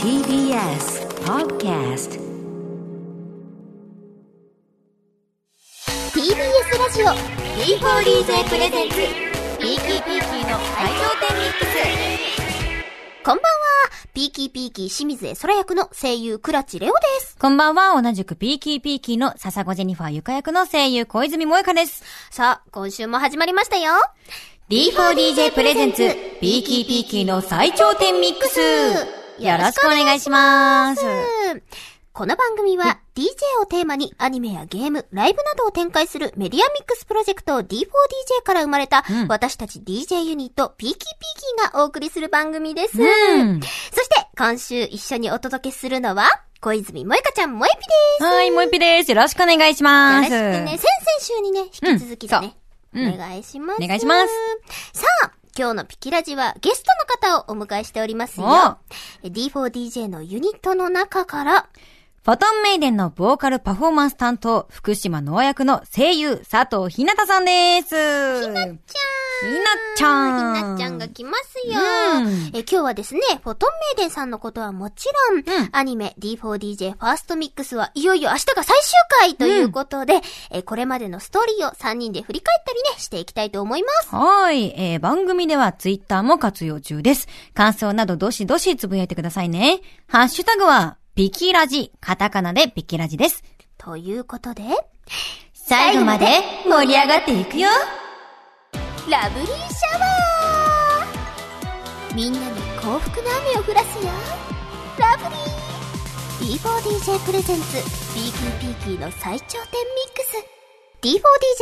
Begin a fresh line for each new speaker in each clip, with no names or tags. TBS Podcast
TBS ラジオ B4DJ プレゼンツピーキーピーキーの最頂点ミックスこんばんはピーキーピーキー清水絵空役の声優倉地レオです
こんばんは、同じくピーキーピーキーの笹子ジェニファーゆか役の声優小泉萌香です。
さあ今週も始まりましたよ
D4DJ プレゼンツ、ピーキーピーキーの最頂点ミックス。よろしくお願いします。
うんこの番組は DJ をテーマにアニメやゲーム、ライブなどを展開するメディアミックスプロジェクト D4DJ から生まれた、
うん
私たち DJ ユニットピーキーピーキーがお送りする番組です。
うん。
そして今週一緒にお届けするのは小泉萌香ちゃん萌えぴです。
はい、萌えぴです。よろしくお願いし
よ
ま
ろ
す。
しくね。先々週にね、引き続きでね、
うんそう
お願いします、
お願いします。
さあ、今日のピキラジはゲストの方をお迎えしておりますよ。
お
D4DJ のユニットの中から、
フォトンメイデンのボーカルパフォーマンス担当、福島農役の声優、佐藤ひなたさんです。ひなちゃん。ひなちゃん。
ひなちゃんが来ますよ、
うん
え。今日はですね、フォトンメイデンさんのことはもちろん、アニメ D4DJ ファーストミックスはいよいよ明日が最終回ということで、えこれまでのストーリーを3人で振り返ったりね、していきたいと思います。
はい。えー、番組ではツイッターも活用中です。感想などどしどしつぶやいてくださいね。ハッシュタグは、ピキラジ。カタカナでピキラジです。
ということで、
最後まで盛り上がっていくよ
ラブリーシャワーみんなに幸福な雨を降らすよラブリー D4DJ プレゼンツピーキーピーキーの最頂点ミックス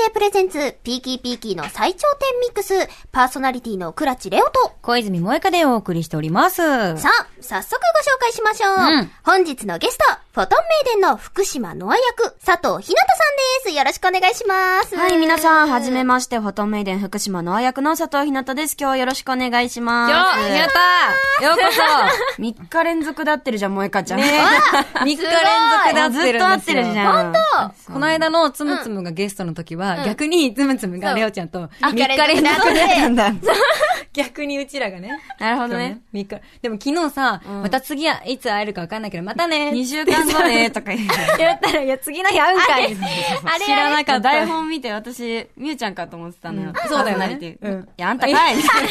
D4DJ プレゼンツピーキーピーキーの最頂点ミックスパーソナリティの倉地レオと
小泉萌香でお送りしております。
さあ、早速ご紹介しましょう、
うん
本日のゲスト、フォトンメイデンの福島ノア役、佐藤ひなたさんですよろしくお願いします
はい、皆さん、はじめまして、フォトメイデン福島のあ役の佐藤ひなたです。今日はよろしくお願いします。
たようこ
3日連続だってるじゃん、萌香ちゃん。
そ !3 日連続で会ってるんですよ。
ずっと会ってるじゃん。本
この間のつむつむがゲストの時は、逆につむつむがレオちゃんと3日連続だったんだ。 逆にうちらがね。
当なるほどね。
3日。でも昨日さ、また次はいつ会えるかわかんないけど、またね。
2週間後ね、とか言って。
やったら、いや、次の日会うんかい。
知らなかった。台本見て、私、みゆちゃんかと思ってたのよ。
そうだよね
パーソナリティ
うん
いや、あんたかいみたい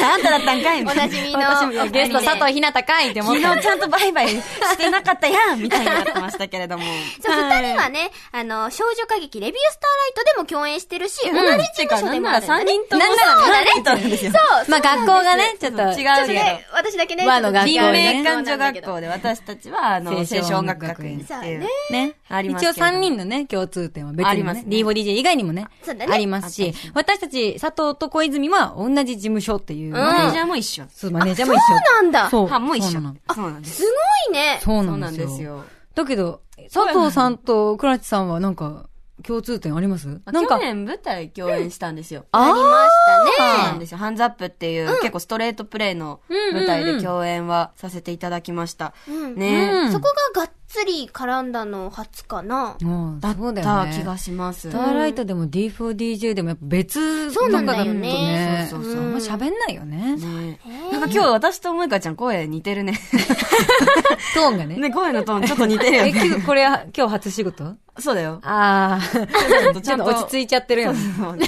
な あんただったんか いみ
お
たいな
なじみの
私もいや、ゲスト
お二人
佐
で
藤ひなたかいって思っ
昨
た。
日ちゃんとバイバイしてなかったやんみたいになってましたけれども。
そう、二、人はね、あの、少女歌劇レビュースターライトでも共演してるし、同じ事務所でもあるんだね。
てか
な
なんん
な
な
ら
ら
そうだね。
三人ともなんですよ
そう、
まあ、学校がね、ちょっと、
違
ちょっ
う
と
けど
ね。、私だけね、
和の学校
ちょっと
林
ね
明館女学校で私たちは、あの、
青
青
春
春
音
音
楽
楽
学
学
院
院
っ
ってて
い
いうう。
ね。
あります
一
け
応
れども
3人のね、共通点は別
あ
に
りま
ね
す、ね
D4DJ 以外にもね
そうだ、ね
ありますし、私たち佐藤と小泉は同じ事務所っていう、
マネー
マ
ジャーも一緒。
そうマネージャーも一緒。
そうなんだ。すご
そう
班も一
そ
緒
うなの。
そうなんです。
いね。
そう
そ
な
うなんん
で
です
すよ。
よ。
だけど、佐藤さんと倉地さんはなんか、共通点あります
あ
なんか
去、年舞台共演したんですよ。
ありまし
そう
た
な
ね
ん。ですよ。ハンズアップっていう、結構ストレートプレイの舞台で共演はさせていただきました。
うん
ね
うん
そこががっつり絡んだの初かな。
うん
だっ
そうだよ
た
ね
気がします。
スターライトでも D4DJ でもやっぱ別
そうなんだよね
とかと
そ
ね
うそうそう
あんま喋んないよね。
ねなんか今日私と萌香ちゃん声似てる ね。
トーンがね。
ね、声のトーンちょっと似てるよ
え、
ね。
きこれは今日初仕事
そうだ よ。
ああ。ちょっと落ち着いちゃってるよね。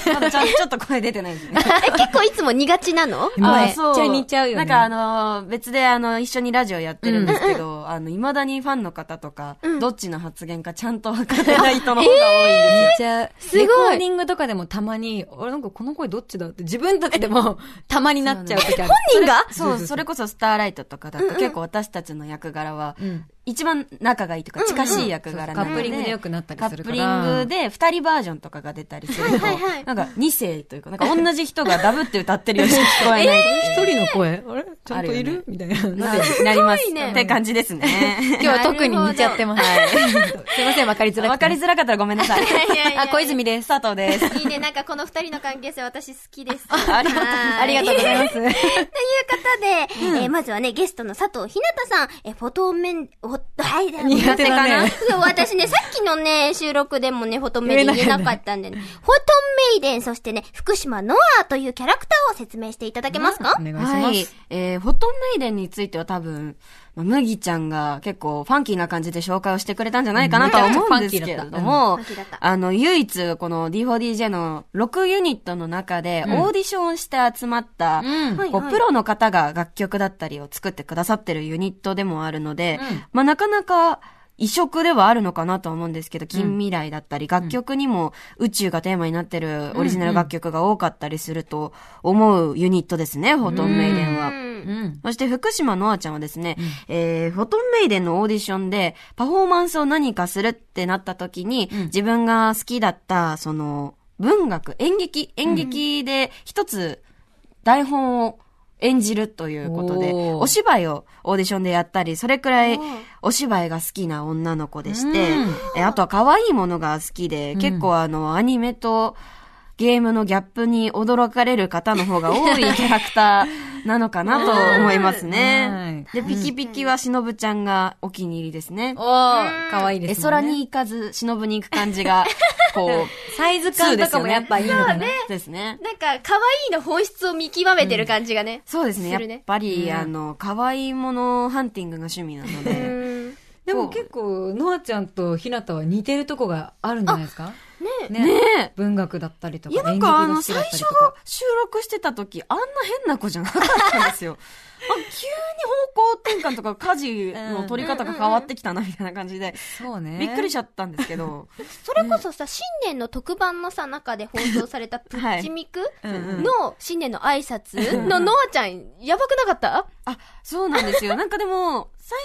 着い まだちゃんちょっと声出てないですね。
え、結構いつも苦手なの
もうめ
あ
っちゃ似ちゃうよね。
なんかあの、別であの、一緒にラジオやってるんですけど、あの、未だにファンの方とか、どっちの発言かちゃんと分かってない人の方が多いんで
めっちゃ、
ごい
レコーディングとかでもたまに、俺なんかこの声どっちだって自分たちでもたまになっちゃう時ある。
本人が
す。そう、それこそスターライトとかだと結構私たちの役柄は、一番仲がいいとか近しい役柄なので、
そうそうカップリングで良くなったりするから
カップリングで二人バージョンとかが出たりすると
はいはいはい、
なんか二世というか、なんか同じ人がダブって歌ってるように聞こえない。
一人の声あれちゃんとい
あるよ
る
ね
みたいな。
ななります。
すごいね
って感じです ね。
今日は特に似ちゃってます。 すいません、わかりづらくて。
わかりづらかったらごめんなさい。
いやいや
あ、小泉です。
佐藤です。
いいね、なんかこの二人の関係性私好きです。
ありがとう
はい
ありがとうございます。
ということで、えーまずはね、ゲストの佐藤ひなたさん、えー、フォトメン、お、はい、だ
苦手だね
そう私ね、さっきのね、 収録でもね、フォトメイデン言えなかったんでね、フォトメイデン、そしてね、福島ノアというキャラクターを説明していただけますか
お願いし
は
ま
い
す。。
えー、フォトンメイデンについては多分、まあ麦ちゃんが結構ファンキーな感じで紹介をしてくれたんじゃないかなとは思うんですけれども、
めちゃくちゃファンキーだったうん
あの、唯一この D4DJ の6ユニットの中でオーディションをして集まった、
うん
こ
は
う
いはい
プロの方が楽曲だったりを作ってくださってるユニットでもあるので、
うん
まあなかなか異色ではあるのかなとは思うんですけど、近未来だったり、楽曲にも宇宙がテーマになってるオリジナル楽曲が多かったりすると思うユニットですね、フォトンメイデンは。
うん。
そして福島のあちゃんはですね、えー、フォトンメイデンのオーディションでパフォーマンスを何かするってなった時に、自分が好きだった、その、文学、演劇、演劇で一つ台本を演じるということで、
おー
お芝居をオーディションでやったり、それくらいお芝居が好きな女の子でして
うん、
えーあとは可愛いものが好きで、結構あの、アニメと、ゲームのギャップに驚かれる方の方が 多いキャラクターなのかなと思いますね。で、ピキピキはしのぶちゃんがお気に入りですね。
おー、かわいいで
え、
すもんね。
空に行かず、しのぶに行く感じ が、こう、
サイズ感とかもやっぱいいのかな。
ですね。
なんか、可愛いの本質を見極めてる感じがね。
そうですね。
す
や
るね
っぱり、あの、可愛いものハンティングが趣味なの
う
で。
ん。ね
でも結構、ノアちゃんとひなたは似てるとこがあるんじゃないですかね
ね
文学だったりと
いや、
か、
な
演
ん
劇
かあ
が
の、
好き
最
だったり
初
とか
が。収録してた時、あんな変な子じゃなかったんですよ。あ急に方向転換とか、家事の取り方が変わってきたな、みたいな感じで。
そうね。
びっくりしちゃったんですけど、
それこそさ、新年の特番のさ、中で放送されたプッチミクの新年の挨拶のノアちゃん、やばくなかった
あ、そうなんですよ。なんかでも、最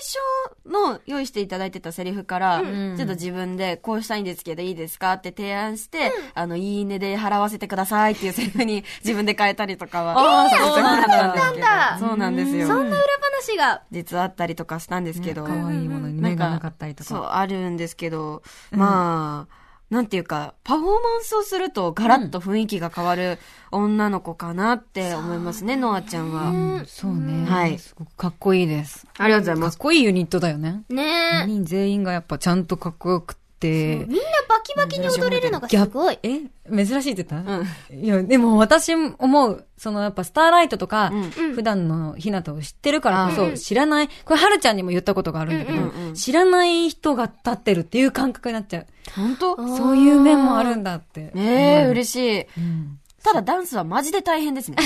初の用意していただいてたセリフから、ちょっと自分でこうしたいんですけどいいですかって提案して、あの、いいねで払わせてくださいっていうセリフに自分で変えたりとかは。ああ、そう
なんだ
そうなんです
そ
よ
ん。な裏話が。
実はあったりとかしたんですけど。
可愛いものに目がなかったりと
そう、
か。
あるんですけど、まあ、なんていうか、パフォーマンスをするとガラッと雰囲気が変わる女の子かなって思いますね、ノアちゃんは。
うんそうね。
はい
すごくかっこいいです。
ありがとうござい
か
ま
っ。こいいユニットだよね。4
ねえ。
人全員がやっぱちゃんとかっこよくて。
みんなバキバキに踊れるのがすごい。
え珍しいって言った、
うん
いや、でも私も思う、そのやっぱスターライトとか、
うん
普段のひなたを知ってるからこ
う
そ、知らない、これはるちゃんにも言ったことがあるんだけど、
うんうんうん
知らない人が立ってるっていう感覚になっちゃう。
本当
ー
そういう面もあるんだって。
ねえ、
うん
嬉しい。
うん
ただダンスはマジで大変ですね。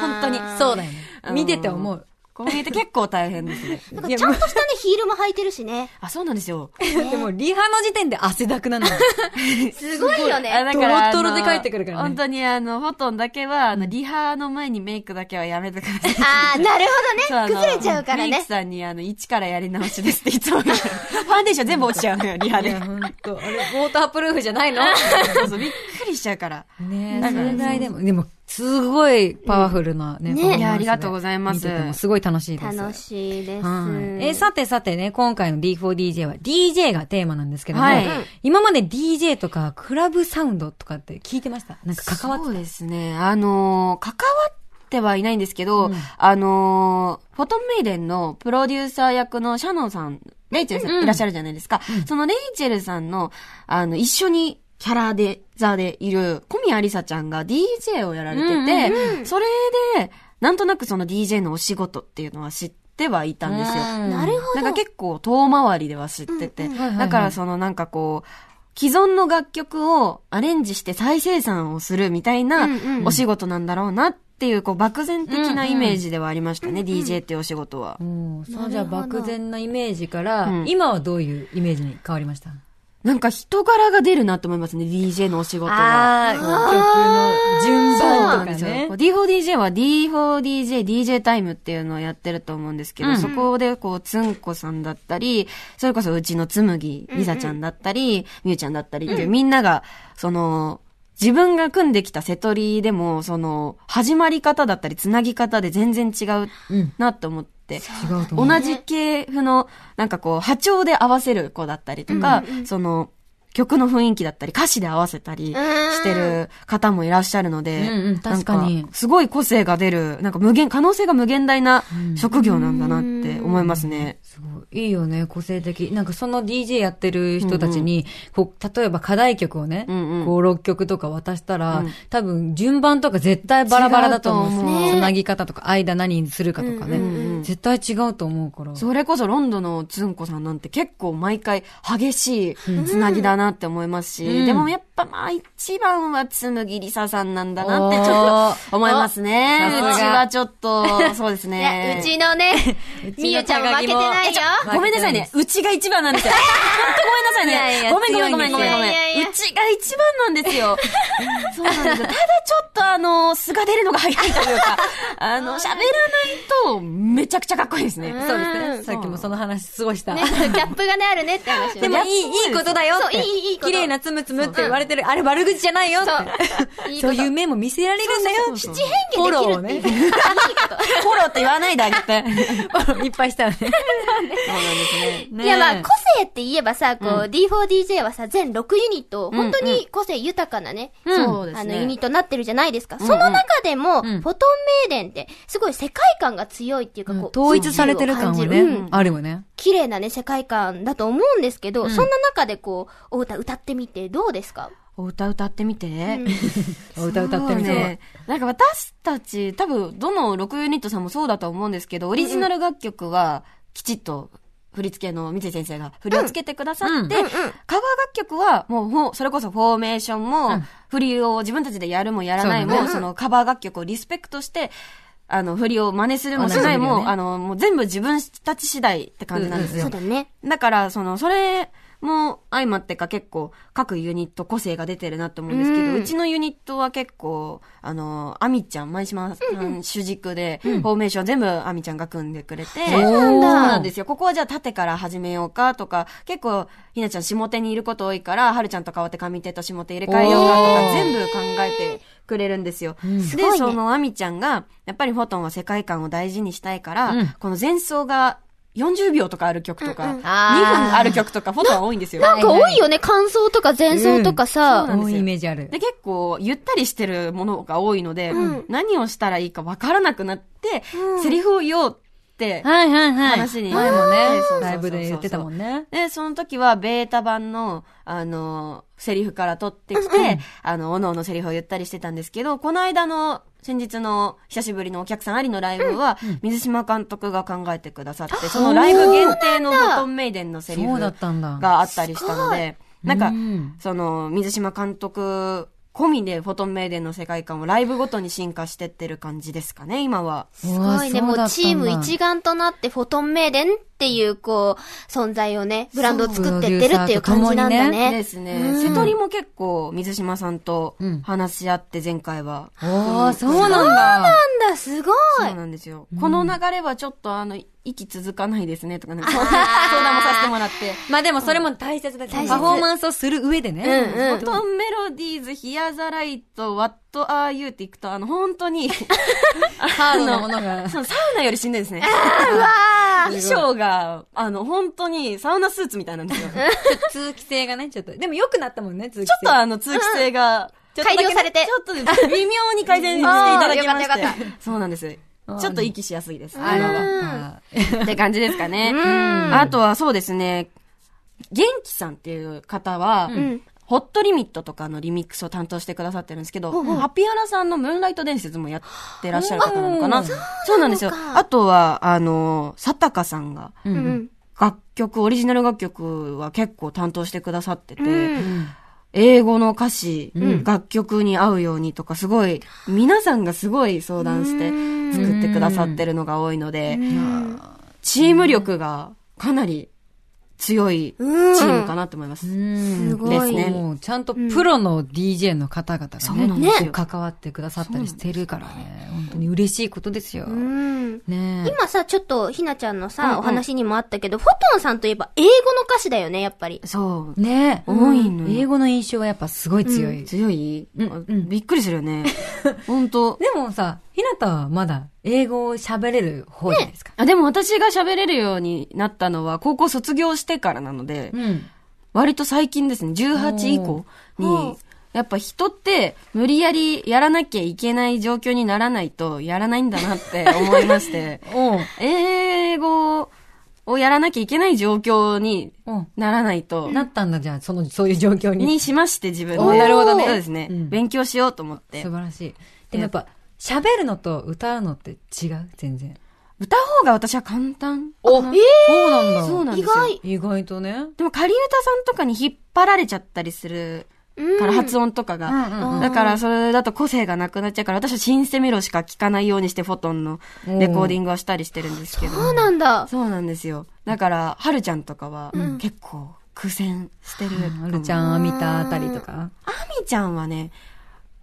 本当に。
そうだよね
う。ん
見てて思う。
こう見えて結構大変ですね。
なんかちゃんとしたね、ヒールも履いてるしね。
あ、そうなんですよ。
でも、リハの時点で汗だく なのよ。
すごいよ
あ
ね。
だから
ドロッドロで
あの
帰ってくるからね
本当にあの、フォトンだけは、あの、リハの前にメイクだけはやめてください。
あー、なる
そうあ
ほどね。
の
崩れちゃうから
メイク
ね。
さんに、あの、一からやり直しですっていつも 言うファンデーション全部落ちちゃうのよ、リハ
い
で。
や、ほんと。あれ、ウォータープルーフじゃない の
そうそう、びっくりしちゃうから。
ねえ、それぐらいでも、でも、すごいパワフルなね、
ね
パフォーマンスで
いやありがとうございます
見ててもすごい楽しいです。
楽しいです。
はい。えー、さてさてね、今回の D4DJ は DJ がテーマなんですけども、
はい
今まで DJ とかクラブサウンドとかって聞いてましたなんか関わって
そうですね。あのー、関わってはいないんですけど、あのー、フォトンメイデンのプロデューサー役のシャノンさん、レイチェルさん、いらっしゃるじゃないですか。そのレイチェルさんの、あの、一緒にキャラで、ザーでいる小宮ありさちゃんが DJ をやられてて、それで、なんとなくその DJ のお仕事っていうのは知ってはいたんですよ。
うん
なるほど。
なんか結構遠回りでは知ってて、
はいはい
だからそのなんかこう、既存の楽曲をアレンジして再生産をするみたいな
うんうん
お仕事なんだろうなっていう、こう漠然的なイメージではありましたね、DJ っていうお仕事は。
おーそうじゃあ
なるほど
漠然なイメージから、
うん
今はどういうイメージに変わりました
なんか人柄が出るなと思いますね、DJ のお仕事は。
ああ、曲の順
そうな
番
ん
と
で
か
すよ。
ね
こう。D4DJ は D4DJ、DJ タイムっていうのをやってると思うんですけど、
うん
そこでこう、つんこさんだったり、それこそうちのつむぎ、りさちゃんだったり、みゆちゃんだったりっていう、みんなが、その、自分が組んできたセトリでも、その、始まり方だったり、つなぎ方で全然違う
うん
なと思って、
違うと思う。
同じ系譜の、なんかこう、波長で合わせる子だったりとか、その、曲の雰囲気だったり、歌詞で合わせたりしてる方もいらっしゃるので、
うんうん確かに
なんすごい個性が出る、なんか無限、可能性が無限大な職業なんだなって思いますね。
すごい。いいよね、個性的。なんかその DJ やってる人たちに、こう、例えば課題曲をね、
うんうん
5、6曲とか渡したら、多分順番とか絶対バラバラだと思うんです
違うと思
よ。
う
つなぎ方とか、間何にするかとかね。
うんうん
絶対違うと思うから。
それこそロンドンのつんこさんなんて結構毎回激しいつなぎだなって思いますし、
うん
でもやっぱまあ一番はつむぎりささんなんだなって
おー
ちょっと思いますね。
お
う
さす
ち
が
はちょっと、そうです
いや、
ね
う。ち のね、みゆちゃんも負けてないよ。
ごめんなさいね。うちが一番なん ですよ。ほんとごめんなさい
いやい
ね。
や
ごめんごめんごめんごめんご
強いんですよいやい
め
やい
ん。
や
うちが一番なんですよ。そうなんですよ。ただちょっとあの、素が出るのが早いという か、あの、喋らないとめちゃくちゃかっこいいですね。
そうですね。さっきもその話すごいした。
ね、ギャップがね、あるねって話をね
でもいい、いいことだよって。
そういいいいこと
綺麗なつむつむって言われてる。あれ悪口じゃないよって。
そう。いい
そ
こ
う
と。
いう面も見せられるんだよ。
そうそう
七変化できるっていう。
フォローをね
いい こと。
フォローって言わないであげて。
いっぱいしたよね。
そうなんですね。
ね
いやまあ、個性って言えばさ、こう、D4DJ はさ、全6ユニット、本当に個性豊かなね、
そうです
あ
ね
の、ユニットになってるじゃないですか。その中でも、
ん
フォトンメイデンって、すごい世界観が強いっていうか、こう、
統一されてる感は
自由を感じる
ね
う、ん
あるよね。
綺麗なね、世界観だと思うんですけど、そんな中でこう、お歌歌ってみてどうですか
お歌歌ってみて。
うん
お歌歌ってみ
そう
て
ね。なんか私たち、多分、どの6ユニットさんもそうだと思うんですけど、オリジナル楽曲は、きちっと、振り付けの三井先生が振りをつけてくださって、カバー楽曲は、もうほ、それこそフォーメーションも、振りを自分たちでやるもやらない
そう
も、
だね
そのカバー楽曲をリスペクトして、あの、振りを真似するもしな
同じ
い
振りを
も、
ね
あの、もう全部自分たち次第って感じなんですよ
そう。だね。
だから、その、それも相まってか結構各ユニット個性が出てるなって思うんですけど、
う
うんちのユニットは結構、あの、アミちゃん、前島さん主軸で、フォーメーション全部アミちゃんが組んでくれて、
そうなんだ
そうなんですよ。ここはじゃあ縦から始めようかとか、結構、ひなちゃん下手にいること多いから、はるちゃんと変わって上手と下手入れ替えようかと
おー
か、全部考えてくれるんですよ。
す
で
ごい、ね
そのアミちゃんが、やっぱりフォトンは世界観を大事にしたいから、
うん
この前奏が、40秒とかある曲とか、
うんうん
2分ある曲とか、フォトンは多いんですよ。
なんか多いよね、感想とか前奏とか
うんそう
さ。
なんですよ
多いイメージある
で、。結構、ゆったりしてるものが多いので、
うん
何をしたらいいかわからなくなって、
うん
セリフを言おうって、
はいはいはい。
話に
前も
そう
ね
そうそうそ、う
ライブで言ってたもんね。
で、その時はベータ版の、あの、セリフから取ってきて、あの、おのおのセリフを言ったりしてたんですけど、この間の、先日の久しぶりのお客さんありのライブは、水島監督が考えてくださって、そのライブ限定のボトンメイデンのセリ
そう
フ
だったんだ。
があったりしたので、なん
う
か、
ん
その、水島監督込みでフォトンメイデンの世界観をライブごとに進化してってる感じですかね、今は。
す
すごいね、もうチーム一丸となってフォトンメイデンっていう、こう、存在をね、ブランドを作ってってるっていう感じなんだね。
ですね。瀬戸りも結構、水島さんと
うん
話し合って前回は。
おー、そうなんだ。
なんだ、すごい。
そうなんですよ。この流れはちょっとあの、息続かないですね、とか ね。相談もさせてもらって。
まあでもそれも大切だし、
切
パフォーマンスをする上でね。
うん
フォトンメロディーズ、ヒアザライト、ワットアーユーっていくと、あの、本 当に、
ハードなものが。
そのサウナよりしんどいですね。衣装が、あの、本当にサウナスーツみたいなんですよ。ち
通気性がね、ちょっと。でも良くなったもんね、通気性。
ょっとあの、通気性が、ちょっとだけ
改良されて
ちょっと微妙に改善していただきまし
あーよかった
て。そうなんです。ちょっと息しやすいです。
あ
あ
れ
の
だった。
って感じですかね。あとはそうですね、元気さんっていう方は、
ん
ホットリミットとかのリミックスを担当してくださってるんですけど、ハピアラさんのムーンライト伝説もやってらっしゃる方なのか
お
な。
ー
そうなんですよ
そうなの。か
あとは、あの、佐高さんが、
う。
うんん。
楽曲、オリジナル楽曲は結構担当してくださってて、
うん。
英語の歌詞、楽曲に合うようにとか、すごい、皆さんがすごい相談して作ってくださってるのが多いので、チーム力がかなり強いチームかなと思います。
うん
すごい
ですね
もうちゃんとプロの DJ の方々が
そうなん
ね、
です
こ
よ
う関わってくださったりしてるからね、本当に嬉しいことですよ。
うん。
ねえ
今さ、ちょっと、ひなちゃんの
うんうん
さ、お話にもあったけど、フォトンさんといえば、英語の歌詞だよね、やっぱり。
そう。
ねえ
多いのよ
英語の印象はやっぱすごい強い。で
強い、
うんうん
びっくりするよ ね。本当
もさ、ひなたはまだ英語を喋れる方じゃないですか。
あでも私が喋れるようになったのは高校卒業してからなので、
うん。
割と最近ですね、18以降に、やっぱ人って無理やりやらなきゃいけない状況にならないとやらないんだなって思いまして、
おう
英語をやらなきゃいけない状況に
おう
ならないと、
なったんだ、じゃあ、その、そういう状況に。
にしまして自分
おー
で。
なるほどね
そうですね。
うん
勉強しようと思っ
素
て
晴。らしい。でもやっぱ、喋るのと歌うのって違う全然。
歌う方が私は簡単。
お、
かな
そうなんだ。
そうなん
意
ですよ。
外。
意外とね。
でも仮歌さんとかに引っ張られちゃったりするから、発音とかが。
うん
うん
だから、それだと個性がなくなっちゃうから、私はシンセミロしか聞かないようにして、フォトンのレコーディングはしたりしてるんですけど。
そうなんだ。
そうなんですよ。だから、はるちゃんとかは、結構、苦戦してる。
あるちゃん、アミタあたりとか。
あみちゃんはね、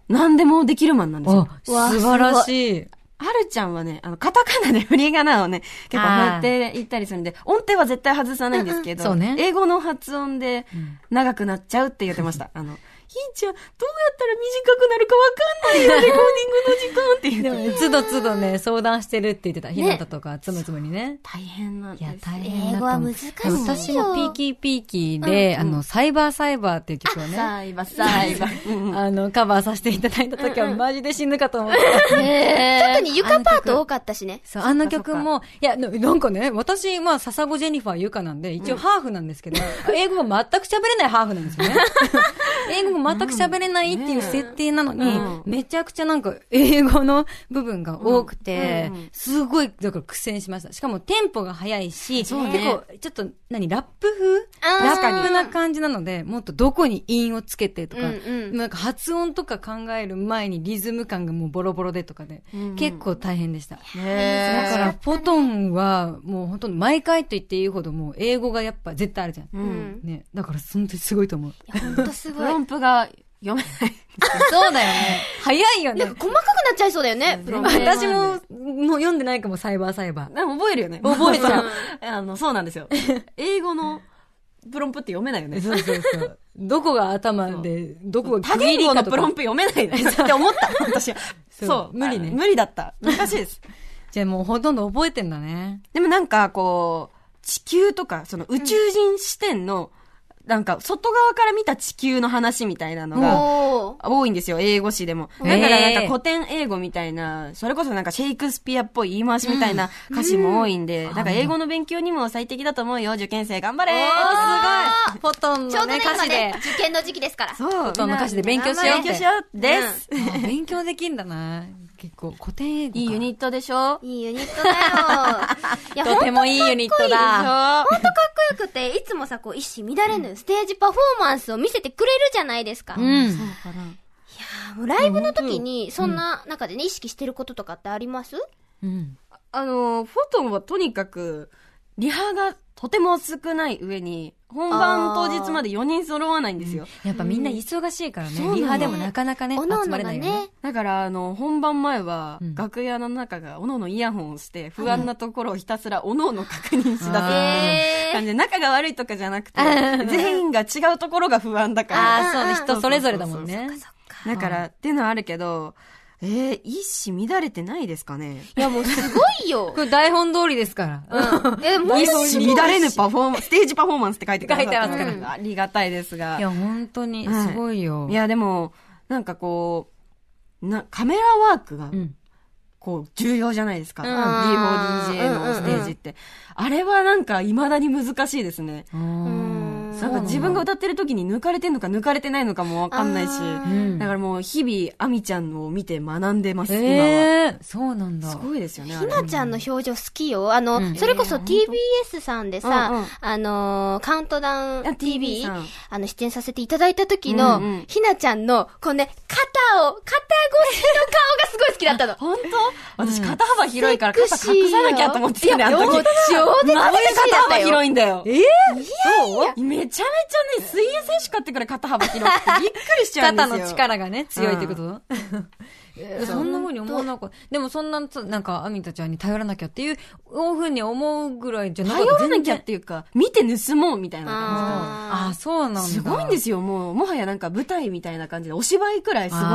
何でもできるマンなんですよ
お。、素晴らしい。
はるちゃんはね、あの、カタカナで振り仮名 をね、結構振っていったりするんで、音程は絶対外さないんですけど、
うんうんそうね
英語の発音で長くなっちゃうって言って ました。あの、ひーちゃん、どうやったら短くなるかわかんないよ、レコーディングの時間って言
で
っ
もね、
て。
つどつどね、相談してるって言ってた。ひなたとか、つむつむにね。
大変なん
い
で
や、
す。
大変だと思う
英語は難しいよ
私もピーキーピーキーで、あの、サイバーサイバーっていう曲をね、あ
サイバー、サイバー。うん
の、カバーさせていただいた時は、マジで死ぬかと思った。
特に床パート多かったしね。
そう、あの曲も、いや、ななんかね、私、まあ、笹子ジェニファー優香なんで、一応ハーフなんですけど、 英語が全く喋れないハーフなんですよ ね。英語が全く喋れないっていう設定なのに、
うん
めちゃくちゃなんか、英語の部分が多くて、
うんうん
すごい、だから苦戦しました。しかもテンポが速いし、
そうね
結構、ちょっと、何、ラップ風
あ
ラ
ー
ップな感じなので、もっとどこに韻をつけてとか、
うんうん
なんか発音とか考える前にリズム感がもうボロボロでとかで、
うん
結構大変でした。
ね
だから、フォトンは、もう本当に毎回と言っていいほど、もう英語がやっぱ絶対あるじゃん。
う
う。
んん。
ね。だから、本当にすごいと思う。
ほんとす
プ
ごい。
ロンプが読めない。
そうだよね。早いよ
なん。か細かくなっちゃいそうだよね、プロンプね。
私も、もう読んでないかも、サイバーサイバー。
なんか覚えるよね。
覚えちゃう。
あの、そうなんです よ。英語のプロンプって読めないよね。
そうそうそう。どこが頭で、どこが
他
区切り
言語
か
の
と
プロ
か
ン。プ読めない なって思った、私は。
そ
そうう
無理ね
あ無理だった。難しいです。
じゃあもうほとんど覚えてんだね。
でもなんか、こう、地球とか、その宇宙人視点の、なんか、外側から見た地球の話みたいなのが、
おー。
多いんですよ、英語詞でも。
へー
だからなんか古典英語みたいな、それこそなんかシェイクスピアっぽい言い回しみたいな歌詞も多いんで、だから英語の勉強にも最適だと思うよ、受験生頑張
お
れ
すごいフォトン
ちょ
の
うどね
ね、、歌
今
詞で
ね、。受験の時期ですから。
そう。
外の歌詞で勉強しよう
頑張れ勉強しようです。
あ勉強できんだな。結構、古典英語か。
いいユニットでしょ
いいユニット だよ。いや、ほん
と
と
てもいいユニットだ。
だ。
ほんとかっこよくて、いつもさ、こう、一糸乱れぬステージパフォーマンスを見せてくれるじゃないですか。
うん。
かな。
もうライブの時に、そんな中でね、意識してることとかってあります
うん。
あの、フォトンはとにかく、リハがとても少ない上に、本番当日まで4人揃わないんですよ。
やっぱみんな忙しいからね。
そうなの
リハでもなかなかね、
おのお
集ま
の
れ
が
ないよね
ね。。
だから、あの、本番前は
うん、
楽屋の中が、おのおのイヤホンをして、不安なところをひたすらおのおの確認しだすっていう
あ
感
え
じで、仲が悪いとかじゃなくて、全員が違うところが不安だから。
ああ、そうね。人それぞれだもん
そう
ね
そう。そうそう。だから、っていうのはあるけど、えー、一糸乱れてないですかね。
ー。いや、もうすごいよ
こ。れ台本通りですから。
うん。え、もう、
一糸乱れぬパフォーマンス、ステージパフォーマンスって書いてくださって
書いてます
から
うんありがたいですが。
いや、本当に、
はい
すごいよ。
いや、でも、なんかこう、な、カメラワークが
う、ん。
こう、重要じゃないですか。
うん
B4DJ
うんうんう
の
ん
ステージって。あれはなんか、未だに難しいですね。
あ
ん
ー
なんか自分が歌ってる時に抜かれてんのか抜かれてないのかもわかんないし。
あ
うん
だからもう、日々、アミちゃんを見て学んでます、今は。
ええ、そうなんだ。
すごいですよね、あ
ひ
れ
なちゃんの表情好きよ。あの、
うん
それこそ TBS さんでさ、
うんうん
あのーカウントダウン
あ
TV、
TV さん
あの、出演させていただいた時
う
の、
んうん。
ひなちゃんの、このね、肩を、肩越しの顔がすごい好きだったの
本当私、肩幅 広いから
セク
肩
シーよ
隠さなきゃと思ってたね、あの時。
いやよ超絶
マジで
セクシーだっ
肩
た
幅
よ。
広いんだよ。
ええそう
めちゃめちゃね、水泳選手かってくらい肩幅広くてびっくりしちゃうんで
肩
すよ。
の力がね、強いってことえーそんな風に思わなかった。でもそんな、そうなんか、アミタちゃんに頼らなきゃっていう、ふうに思うぐらいじゃなかっ
頼
た。
らなきゃ
全
っ
然
ていうか、見て盗もうみたいな感
ああ、そうなんだ。
じすごいんですよ、もう。もはやなんか舞台みたいな感じで、お芝居くらいすごいか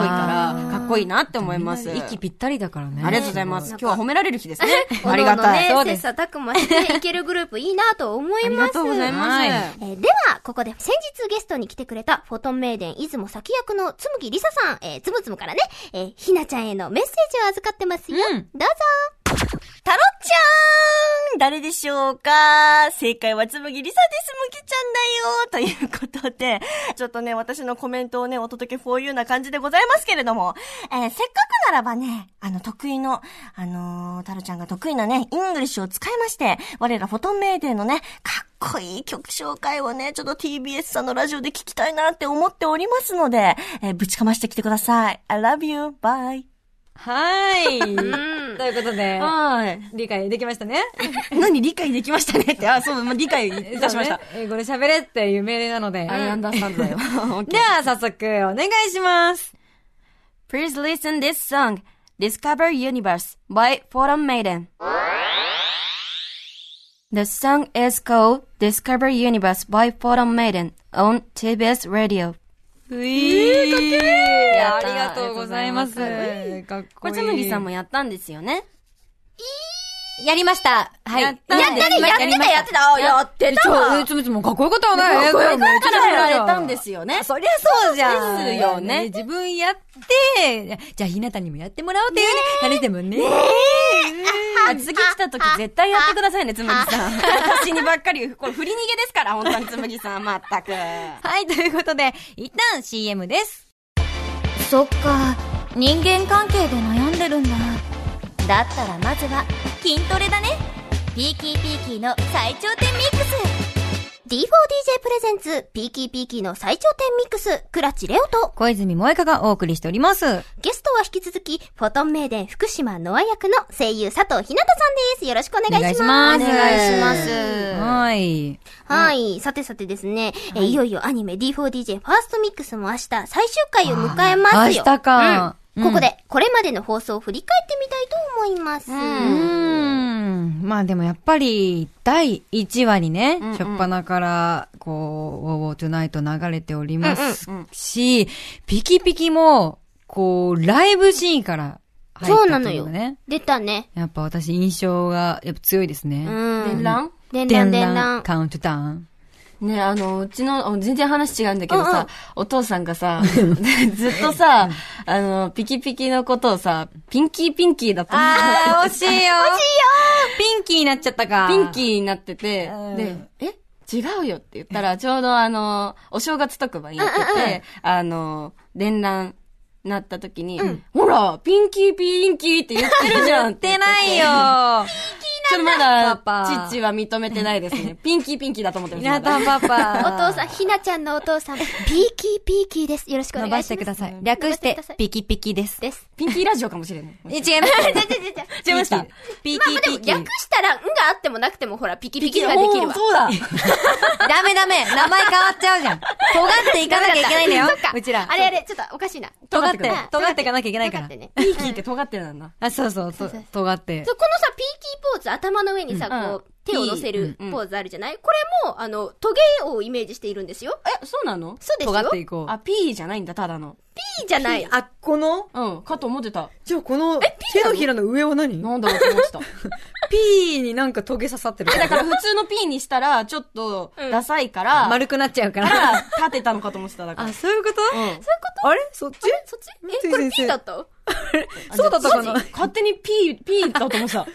ら、かっこいいなって思います。
みんな息ぴったりだからね。
ありがとうございます。今日は褒められる日ですね ありがたい。
お
そ
のおの
う
ね、
です
切磋琢磨していけるグループいいなと思い
あり
ま
が
す。
とうございます。
はい
えーでは、ここで先日ゲストに来てくれた、フォトンメイデン、出雲先役のつむぎりささん、えー、つむつむからね、えーひなちゃんへのメッセージを預かってますよ。
うん
どうぞ。
タロッちゃん誰でしょうか正解はつむぎりさです。むぎちゃんだよということで、ちょっとね、私のコメントをね、お届け for you な感じでございますけれども、えーせっかくならばね、あの、得意の、あのー、タロちゃんが得意なね、イングリッシュを使いまして、我らフォトンメイデーのね、かっこいい曲紹介をね、ちょっと TBS さんのラジオで聞きたいなって思っておりますので、えーぶちかましてきてください。I love you. Bye.
はい。ということで、
はい。
理解できましたね。
何理解できましたねって。あ、そう、まあ、理解いたしました
そ。うね。英語で喋れっていう命令なので。
I understand だよ。
では、早速、お願いします。
Please listen this song, Discover Universe by Forum Maiden. The song is called Discover Universe by Forum Maiden on TBS Radio.
ういー、かっけー
やっ
あ
た
りがとうございます。
あり
かっ
こ
こい
れ、
い。
つむぎさんもやったんですよね。
やりました。はい。
やったね
やってた、やってた、やってた。
たやって
ちょ、つむつむかっこよかったよね。かっこよかっ
やられたんですよね。
そりゃそうじゃん。
そうですよ ね
自分やって、じゃあ、ひなたにもやってもらおうっていうね。誰でもね。
あ次来た時絶対やってくださいね、 つむぎさん。私にばっかり、これ振り逃げですから、本当につむぎさん、まったく。
はい、ということで、一旦 CM です。そっか、人間関係で悩んでるんだ。
だったらまずは筋トレだねピーキーピーキーの最頂点ミックス D4DJ プレゼンツピーキーピーキーの最頂点ミックスクラッチレオと
小泉萌香がお送りしております。
ゲストは引き続きフォトンメイデン福島ノア役の声優佐藤ひなたさんですよろしくお願いします
お
願いします
はい。
はい。さてさてですね、えいよいよアニメ D4DJ ファーストミックスも明日最終回を迎えますよ。
明日か
うんここで、これまでの放送を振り返ってみたいと思います。
うーん。まあでもやっぱり、第1話にね、しょっぱなから、こう、ウォーウォートゥナイト流れておりますし、ピキピキも、こう、ライブシーンから入
そう
っ
な
た
の
という
よ
かね。。
出たね。
やっぱ私印象が、やっぱ強いですね。
うん。
連弾
連
でん
弾
で
連
ん
弾。
カウントダウン。
ねあの、うちの、あ全然話違うんだけど
うんうん
さ、お父さんがさ、ずっとさ、あの、ピキピキのことをさ、ピンキーピンキーだった
あー、惜しいよ。惜しいよピンキーになっちゃったか。
ピンキーになってて、で、え違うよって言ったら、ちょうどあの、お正月特番やってて、あの、連弾なった時に、ほら、ピンキーピンキーって言ってるじゃんっ
出
て言って
ないよ。
ちょっとま
パパ
だ、父は認めてないですね。ピンキーピンキーだと思ってま
ひ
す。
なた
まだ
パ
お
パ。
父さん、ひなちゃんのお父さん、ピーキーピーキーです。よろしくお願
伸ば
いします。
してください。略して、ピキピキです。
です。
ピンキーラジオかもしれない。
え、違います。
じゃじゃじゃじゃ。
違いました。
ピキ
まあまあでも、
ピキ。
略したら、んがあってもなくても、ほら、ピキピキができるわ。
そうだ。
ダメダメ。名前変わっちゃうじゃん。尖っていかなきゃいけないんだよ
そっか。
うちら。
あれあれ、ちょっとおかしいな。
尖っ
尖
て
って、
尖っていかなきゃいけないか
だっ
ら
て。ね。
ピンキーって尖ってるんだ。
あ、そうそう、と尖って
そ。うこのさ、ピーキーポーズ、頭の上にさ、
うん
こう、手を乗せる
うんうん
ポーズあるじゃないこれも、あの、トゲをイメージしているんですよ。
え、そうなの
そうですよ。
尖ってい
ピ
こう。
あ、ピーじゃないんだ、ただの。
ーじゃない。
あ、この、
うん、かと思ってた。
じゃあこの、手のひらの上は何
なんだろうと思ってた。
ピーになんかトゲ刺さってる。
だから普通のピーにしたら、ちょっと、ダサいから、
丸くなっちゃうか。
からら、立てたのかと思ってた。だから
あ、。そういうこと
うん
あれそっち
そっち
三
え、
井
これ
先生
P だった
そうだったかなち
勝手にピー、ピーだと思ってた。違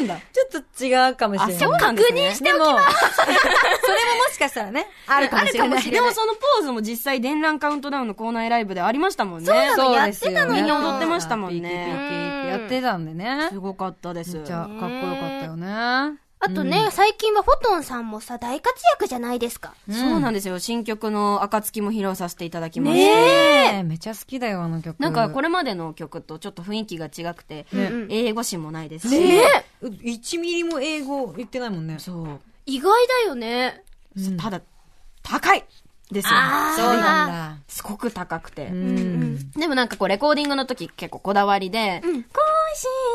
うんだ。
ょっと違うかもしれない。
なんですね。
でも、それももしかしたらね、あるかもしれない。
でもそ のポーズも実際、電覧カウントダウンの校内ライブでありましたもんね。
そう
や
で
っ
すよ
て
ね
たの
みん
よ。
な踊ってましたもん
ピ
ね。
キピキやってたんでね
す。ごかったです。
じゃあ、かっこよかったよね。
あとね、最近はフォトンさんもさ、大活躍じゃないですか。
そうなんですよ。新曲の暁も披露させていただきまして。
ねえ。めちゃ好きだよ、あの曲。
なんかこれまでの曲とちょっと雰囲気が違くて、英語詞もないですし、
ね1ミリも英語言ってないもんね。
そう、
意外だよね。
ただ、高いですよ、
あー
そうなんだ。
すごく高くて。
うん。
でもなんかこうレコーディングの時結構こだわりで、恋し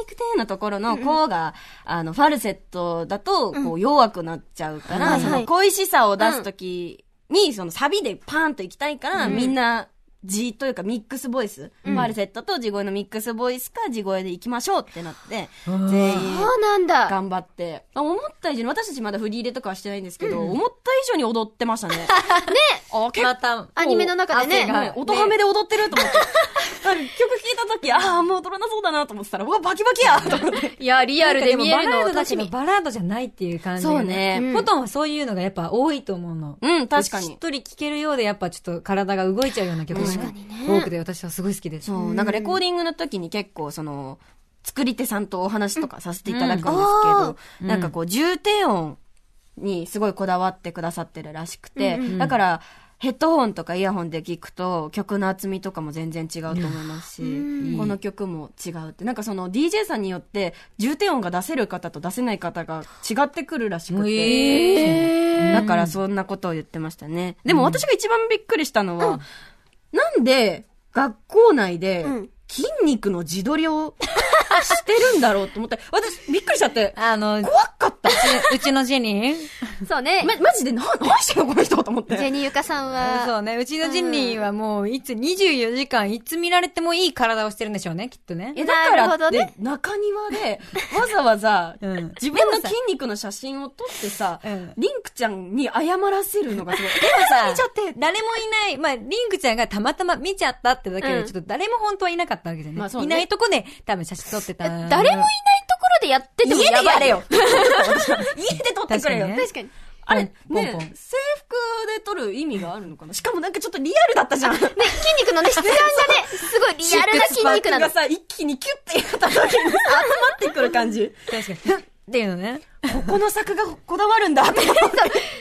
くてのところのこうが、あの、ファルセットだとこう弱くなっちゃうから、
はい
その恋しさを出す時に、そのサビでパーンと行きたいから、みんな、字というかミックスボイス、ファルセットと地声のミックスボイスか地声で行きましょうってなって、全員
そうなんだ。
頑張って。あ思った以上に、私たちまだ振り入れとかはしてないんですけど、思った以以上に踊ってました ね。ねあ、結
また、
アニメの中でね
汗
構、
が
ね音ハメで踊ってると思 って。なんか曲聴いた時、ああ、もう踊らなそうだなと思ってたら、うわ、バキバキやと思って。
いや、リアルで見えるのを
なんかでもバラードだ
楽し
けど
み。
バラードじゃないっていう感じ
そうね
うんフォトンはそういうのがやっぱ多いと思うの。
うん、確かに
しっ。とり聴けるようで、やっぱちょっと体が動いちゃうような曲が多くて、私はすごい好きです。
そう、なんかレコーディングの時に結構その、作り手さんとお話とかさせていただくんですけ
うんあ
ど、なんかこう重低音にすごいこだわってくださってるらしくて、だからヘッドホンとかイヤホンで聞くと曲の厚みとかも全然違うと思いますし、この曲も違うって、なんかその DJ さんによって重低音が出せる方と出せない方が違ってくるらしくて、だからそんなことを言ってましたね。でも私が一番びっくりしたのは、なんで学校内で
ん
筋肉の自撮りをしてるんだろうと思って、私びっくりしちゃって、
あの、う
怖かった。
ちうちのジェニー
そうね。
ま、マジでな、何してんのこの人と思っ
ジェ
て。
ニーゆかさんは、
そうね。うちのジェニーはもう、いつ、24時間、いつ見られてもいい体をしてるんでしょうね、きっとね。
え、だから
なるほどね
って中庭で、わざわざ、
うん
自分の筋肉の写真を撮ってさ、
うん
リンクちゃんに謝らせるのがすごい。
見ちゃって。誰もいない。まあ、リンクちゃんがたまたま見ちゃったってだけで、ちょっと誰も本当はいなかったわけじゃない。
まあそうね
いないとこで、多分写真撮ってた。
誰もいないところでやってても
家
や
で
ば
や
い
れ
よ。
よ 家で撮ってくれ
確か
よ
にね
確かに。
あれ、
ポン
ね
ポンポン
制服で撮る意味があるのかなしかもなんかちょっと リアルだったじゃん。
ね、筋肉のね、質 感がね、すごいリアルな筋肉なの
シックスパックが。さ、一気にキュッてやった時に 集まってくる感じ。
確かに。 ふんっていうのね。
ここの作画こだわるん だと思って。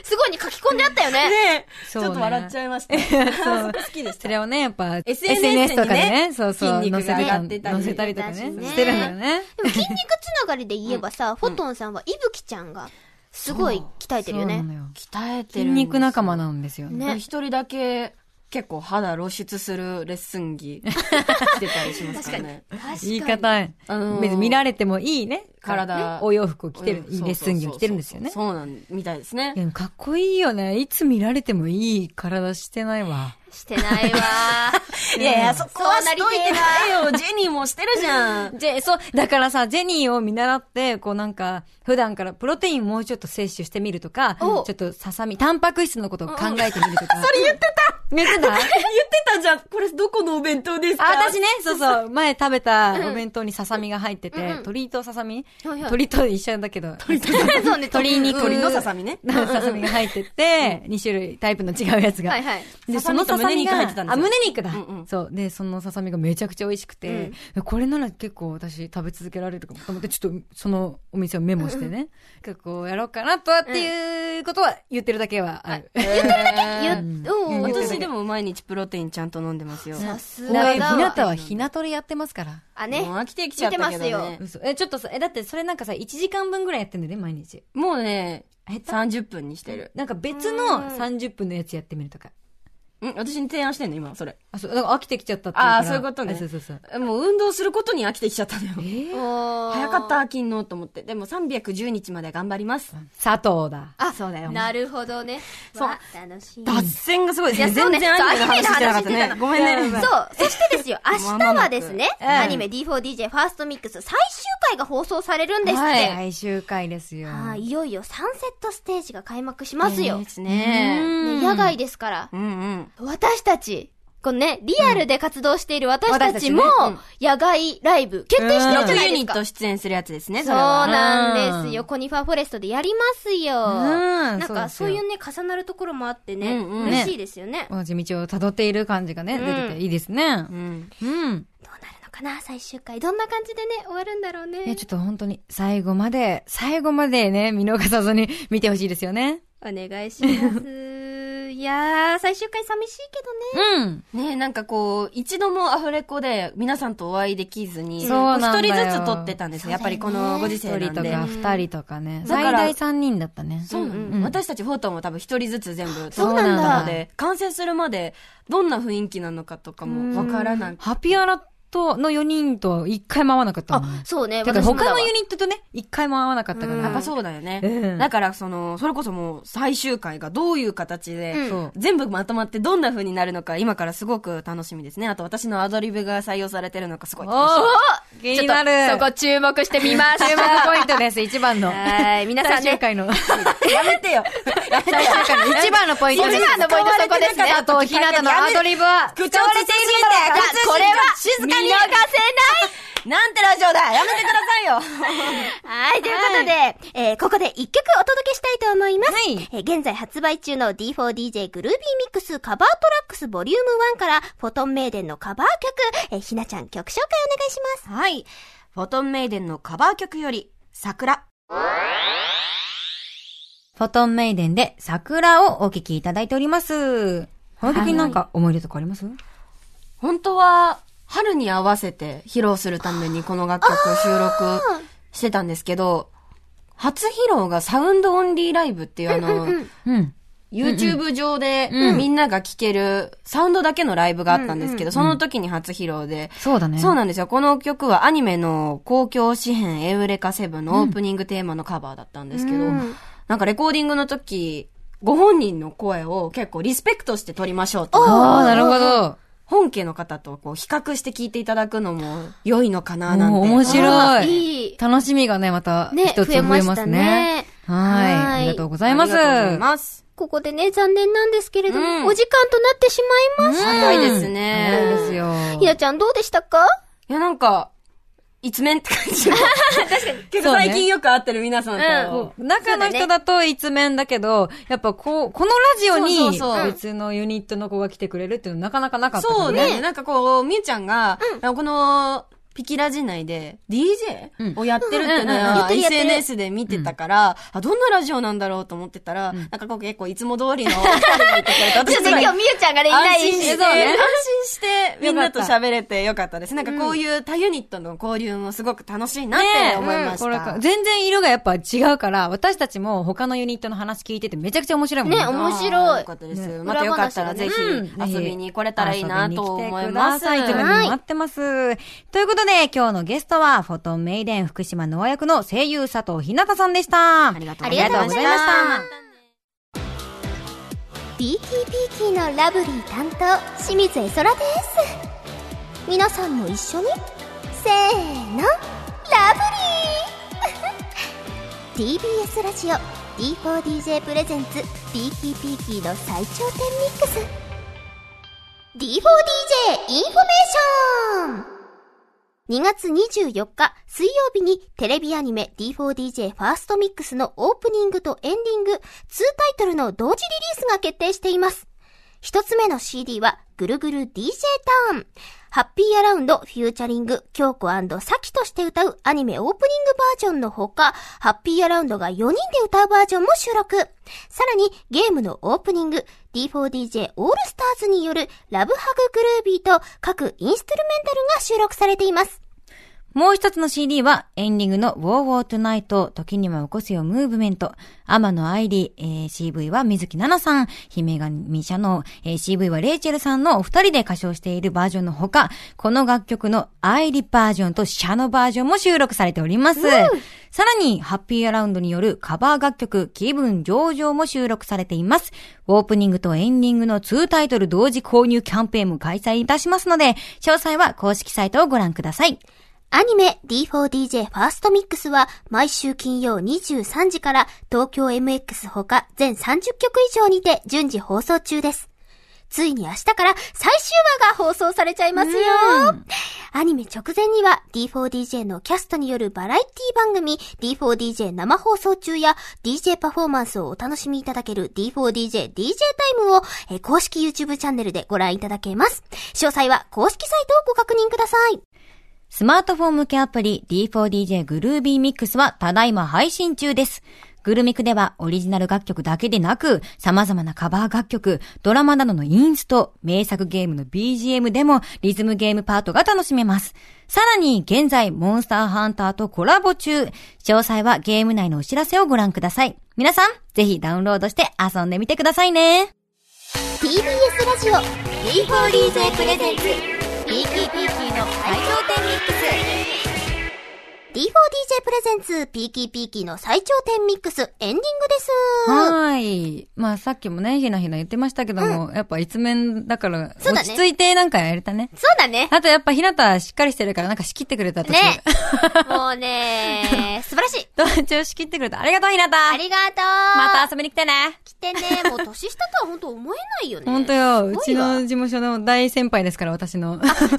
すごいに書き込んであったよね。
ねち
そ
ょ
うね
っと笑っちゃいま した。
そう
好きでし
そ
た。
れをね、やっぱ、
SNS
とかでね、そうそう、載
筋肉
せ
が
る
上
か
がってたり
載せたりとかね、
ね
してるんだよね。
でも筋肉つながりで言えばさ、フォトンさんは、いぶきちゃんが、すごい鍛えてるよ
そう
ね
な。のよ
鍛えて
筋
るんですよ。
肉仲間なんですよね。
ね
一人だけ結構肌露出するレッスン着着てたりしますからね。
確かに。
言い方、
あのー
別に見られてもいいね。
体
ねお洋服を着てる、いいレッスン着を着てるんですよね。
そうなん、みたいですね
い。やかっこいいよね。いつ見られてもいい体してないわ。
してないわ
いやいや、そこはしとい
そうな
て
りて
ないよ。ジェニーもしてるじゃ ん。
ジェ、そう、だからさ、ジェニーを見習って、こうなんか、普段からプロテインもうちょっと摂取してみるとか、ちょっとささみ、タンパク質のことを考えてみるとか。 それ言ってた言ってた
言ってたじゃん。これどこのお弁当ですか
あ、私ね、そうそう、前食べたお弁当にささみが入ってて、鶏とささみ
はいはい
鶏と一緒だけど、
ー。そうね、
鶏肉。
鶏のささみね
ささみが入ってて、2種類タイプの違うやつが。
はいはい。
で、
さ
そ
さみ
の
と
ささみが、
胸肉入ってたんですよ
あ、胸肉だ、
うんうん
そう。で、そのささみがめちゃくちゃ美味しくて、これなら結構私食べ続けられるかもと思って、ちょっとそのお店をメモしてね、結構やろうかなとはっていうことは言ってるだけはある。
言ってるだけ
ゆ、うん。
私でも毎日プロテインちゃんと飲んでますよ。
さす
な
が
ん
だ
か、
わ
ひなたはひなとりやってますから。
あね。
もう飽きてきちゃったけど
見てます
ね。
嘘。え、ちょっとさ、え、だってそれなんかさ、1時間分ぐらいやってんだよね、毎日。
もうね、
減った
30分にしてる。
なんか別の30分のやつやってみるとか。
うん、私に提案してんの、今、それ。
あ、そう、なんか飽きてきちゃったっていうから。
あーそういうことね
あそうそうそう。
もう運動することに飽きてきちゃったのよ。
早
早かっ。た、金のと思って。でも310日まで頑張ります。
佐藤だ。
あ、そうだよ
なるほどね。
そう
わ楽しい。
脱線がすごい
いや、
ですね。
そうね。
全然
そう
ア
ア
ニ
ニ
メ
メの
の話して
話
なかっ
したて
ね
た。の。
ごめんね。
そう。そしてですよ、明日はですね、
まあまあ
アニメ D4DJ ファーストミックス最終回が放送されるんですって。
はい
最終回ですよ。
はい、いよいよサンセットステージが開幕しますよ。
で
ね
すね。
野外ですから
う。んうん。
私たち、このね、リアルで活動している私たちも
うん私、
野外ライブ決定してるじゃな
ユ
いで
ニ
す
ッ
か。
ト出演するやつですね、
そうなんですよ。コニファーフォレストでやりますよ。
ん
なんか
そ
そうう
ですよ
いうね、重なるところもあってね、
うんうん
嬉しいですよね。どう
同じ道を辿っている感じがね、
ん
出てていいですね。
うん。
うん。
なるのかな最終回。どんな感じでね、終わるんだろうね。
ね、ちょっと本当に最後まで、最後までね、見逃さずに 見てほしいですよね。
お願いし ます。いやー、最終回寂しいけどね。
うん。
ねえ、なんかこう、一度もアフレコで皆さんとお会いできずに、
そうなんだよ
こ一人ずつ撮ってたんですよ。やっぱりこのご時世
一
な
人
ん
と
で。
か二人とかね。
だか
最
ら
大三人だったね。
そうなの、
うん
私たちフォートンも多分一人ずつ全部撮ってた
そうなんだ
ので、完成するまでどんな雰囲気なのかとかもわからなく
ハピアラとの4人とは一回も会わなかったもんね。
そうね、
だから
私もだ
他
わ
のユニットとね、一回も会わなかったか
やっ
ら。
ぱそうだよね。
うん
だから、その、それこそもう最終回がどういう形で、
そう
全部まとまってどんな風になるのか、今からすごく楽しみですね。あと私のアドリブが採用されてるのか、すごい楽しみ。
お気にな
ちょっ
る。
とそこ注目してみまし
注
た。
目ポイントです、一番の。
はい、皆さん
最終
ね、
回の。
やめてよやめて
最終回の一番のポイントです。
一番のポイントそこです
使われ
ね
てなかったと、ひなたのアドリブは、
口をつついて
使われて
あこれは
静かに
見逃せない
なんてラジオだやめてくださいよ
はい、ということで、えーここで一曲お届けしたいと思います。
はい
えー現在発売中の D4DJ グルービーミックスカバートラックスボリューム1から、フォトンメイデンのカバー曲、えーひなちゃん曲紹介お願いします。
はい。フォトンメイデンのカバー曲より、桜。
フォトンメイデンで桜をお聴きいただいております。この曲になんか思い出とかあります
本当は、春に合わせて披露するためにこの楽曲を収録してたんですけど、初披露がサウンドオンリーライブっていうあの、
うん。
YouTube 上で
うん
みんなが聴けるサウンドだけのライブがあったんですけど、その時に初披露で、
そうだね。
そうなんですよ。この曲はアニメの公共詩編エウレカセブンのオープニングテーマのカバーだったんですけど、なんかレコーディングの時、ご本人の声を結構リスペクトして撮りましょうって
ああ、なるほど。
本家の方とこう比較して聞いていただくのも良いのかななんて。
もう面白い。
いい。
楽しみがね、また
ね、
一つ
増
増え
えま
ま
した
すね。
ね。
はい。
はい
ありがとうございます。
ありがとうございます。
ここでね、残念なんですけれども、
うん
お時間となってしまいました。
早いです
早い
ね。
ですよ。
ひなちゃんどうでしたか
いや、なんか、一面って感 じ。確かに。結構最近よく会ってる皆さんと。
中の人だと一面だけど、やっぱこう、このラジオ
そう
に
そうそう
別のユニットの子が来てくれるっていうのなかなかなかったから
そうね。なんかこう、みゆちゃんが、なんかこの、ピキラジ内で DJ
うん
をやってるっ
うんうんう
ての
んやっ
は
てるやってる
SNS で見てたから、あ、どんなラジオなんだろうと思ってたら、なんかこう結構いつも通りの二人がいてくれ て、
ちょっと
すご
ね
い
今日みゆちゃんがね、いな
安
いし。
心して、
そうね
安心して、みんなと喋れてよかったです。なんかこういう他ユニットの交流もすごく楽しいなっ
ね
て
え
思いまし
これか
た。
全然色がやっぱ違うから、私たちも他のユニットの話聞いててめちゃくちゃ面白いもん
ね面白い
あーよかったです。
ね
またよかったらぜひ
うん
遊びに来れたらいいなと思います。
遊びに来てください。一
は
面に待ってます。ということで、今日のゲストは、フォトンメイデン福島ノア役の声優佐藤ひなたさんでした。あ
ありがとう
あ
ご
りが
ざい
とう
ま
ご
し
ざ
た
い。ました。ビーキーピーキーのラブリー担当、清水絵空です。皆さんも一緒に、せーの、ラブリー !TBS ラジオ D4DJ プレゼンツビーキーピーキーの最頂点ミックス D4DJ インフォメーション2月24日水曜日にテレビアニメ D4DJ ファーストミックスのオープニングとエンディング2タイトルの同時リリースが決定しています。一つ目の CD はぐるぐる DJ ターン。ハッピーアラウンドフューチャリング京子サキとして歌うアニメオープニングバージョンのほか、ハッピーアラウンドが4人で歌うバージョンも収録。さらにゲームのオープニング D4DJ オールスターズによるラブハググルービーと各インストゥルメンタルが収録されています。
もう一つの CD は、エンディングの War War Tonight、時には起こせよムーブメント、天野愛理、えー CV は水木奈々さん、姫神社の、えー CV はレイチェルさんのお二人で歌唱しているバージョンのほか、この楽曲の愛理バージョンとシャノバージョンも収録されております。さらに、ハッピーアラウンドによるカバー楽曲、気分上々も収録されています。オープニングとエンディングの2タイトル同時購入キャンペーンも開催いたしますので、詳細は公式サイトをご覧ください。
アニメ D4DJ ファーストミックスは毎週金曜23時から東京 MX ほか全30曲以上にて順次放送中です。ついに明日から最終話が放送されちゃいますよアニメ直前には D4DJ のキャストによるバラエティ番組 D4DJ 生放送中や DJ パフォーマンスをお楽しみいただける D4DJ DJ タイムをえー公式 YouTube チャンネルでご覧いただけます。詳細は公式サイトをご確認ください。
スマートフォン向けアプリ D4DJ グルービーミックスはただいま配信中です。グルミクではオリジナル楽曲だけでなく、様々なカバー楽曲、ドラマなどのインスト、名作ゲームの BGM でもリズムゲームパートが楽しめます。さらに現在、モンスターハンターとコラボ中。詳細はゲーム内のお知らせをご覧ください。皆さん、ぜひダウンロードして遊んでみてくださいね。
TBS ラジオ D4DJ プレゼンツ D4DJ ピーキーピーキーの最頂点ミックス D4DJ プレゼンツピーキーピーキーの最頂点ミックスエンディングです
はーい。まあさっきもね、ひなひな言ってましたけども、やっぱ一面だから、
そうだ
落
ね
ち着いてなんかやれたね。
そうだね
あとやっぱひなたはしっかりしてるからなんか仕切ってくれた途中。
ねもうね素晴らしい
途中仕切ってくれた。ありがとうひなた
ありがとう
また遊びに来てね
来てねもう年下とは本当思えないよね
本当よ、う
す
ち
ごいわ
の事務所の大先輩ですから、私の。
そっか年齢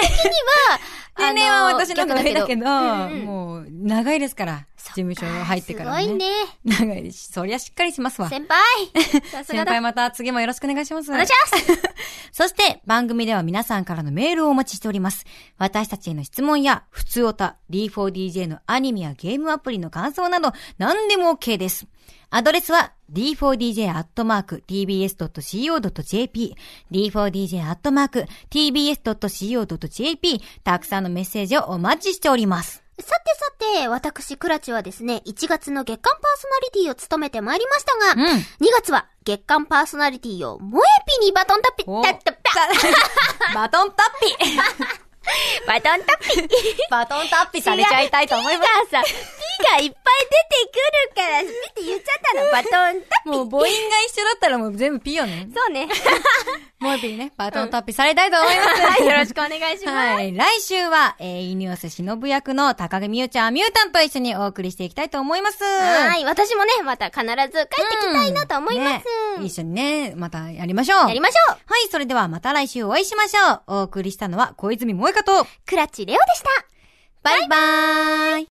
的には
年齢は私の方が上だけど、
逆うんうん
もう、長いですから、事務所入ってからね。
すごいね。
長いです。そりゃしっかりしますわ。
先輩さす
先
がだ
輩また次もよろしくお願いします。
お願いします
そして番組では皆さんからのメールをお待ちしております。私たちへの質問や、普通おた、D4DJ のアニメやゲームアプリの感想など、何でも OK です。アドレスは d4dj.tbs.co.jp d4dj.tbs.co.jp たくさんのメッセージをお待ちしております。
さてさて、私、クラチはですね、1月の月間パーソナリティを務めてまいりましたが、
うん
2月は月間パーソナリティを萌えぴにバトンタッピ、タ
お
ッタッ タ
バトンタッピ
バトンタッピ
バトンタッピされちゃいたいと思 います。
がさ、ピがいっぱい出てくるから、ピって言っちゃったの、バトンタッピ
もう母音が一緒だったらもう全部ピよね。
そうね。
もうピね、バトンタッピされたいと思います。 はい、よろしく
お願いします。
はい。来週は、えー、イニオス忍役の高木美優ちゃん、ミュータンと一緒にお送りしていきたいと思います。。
はいい、私もね、また必ず帰ってきたいなと思いま
ね
す。
一緒にね、またやりましょう。
やりましょう
はい、それではまた来週お会いしましょう。お送りしたのは、小泉萌香と、
クラチレオでした
バイバーイ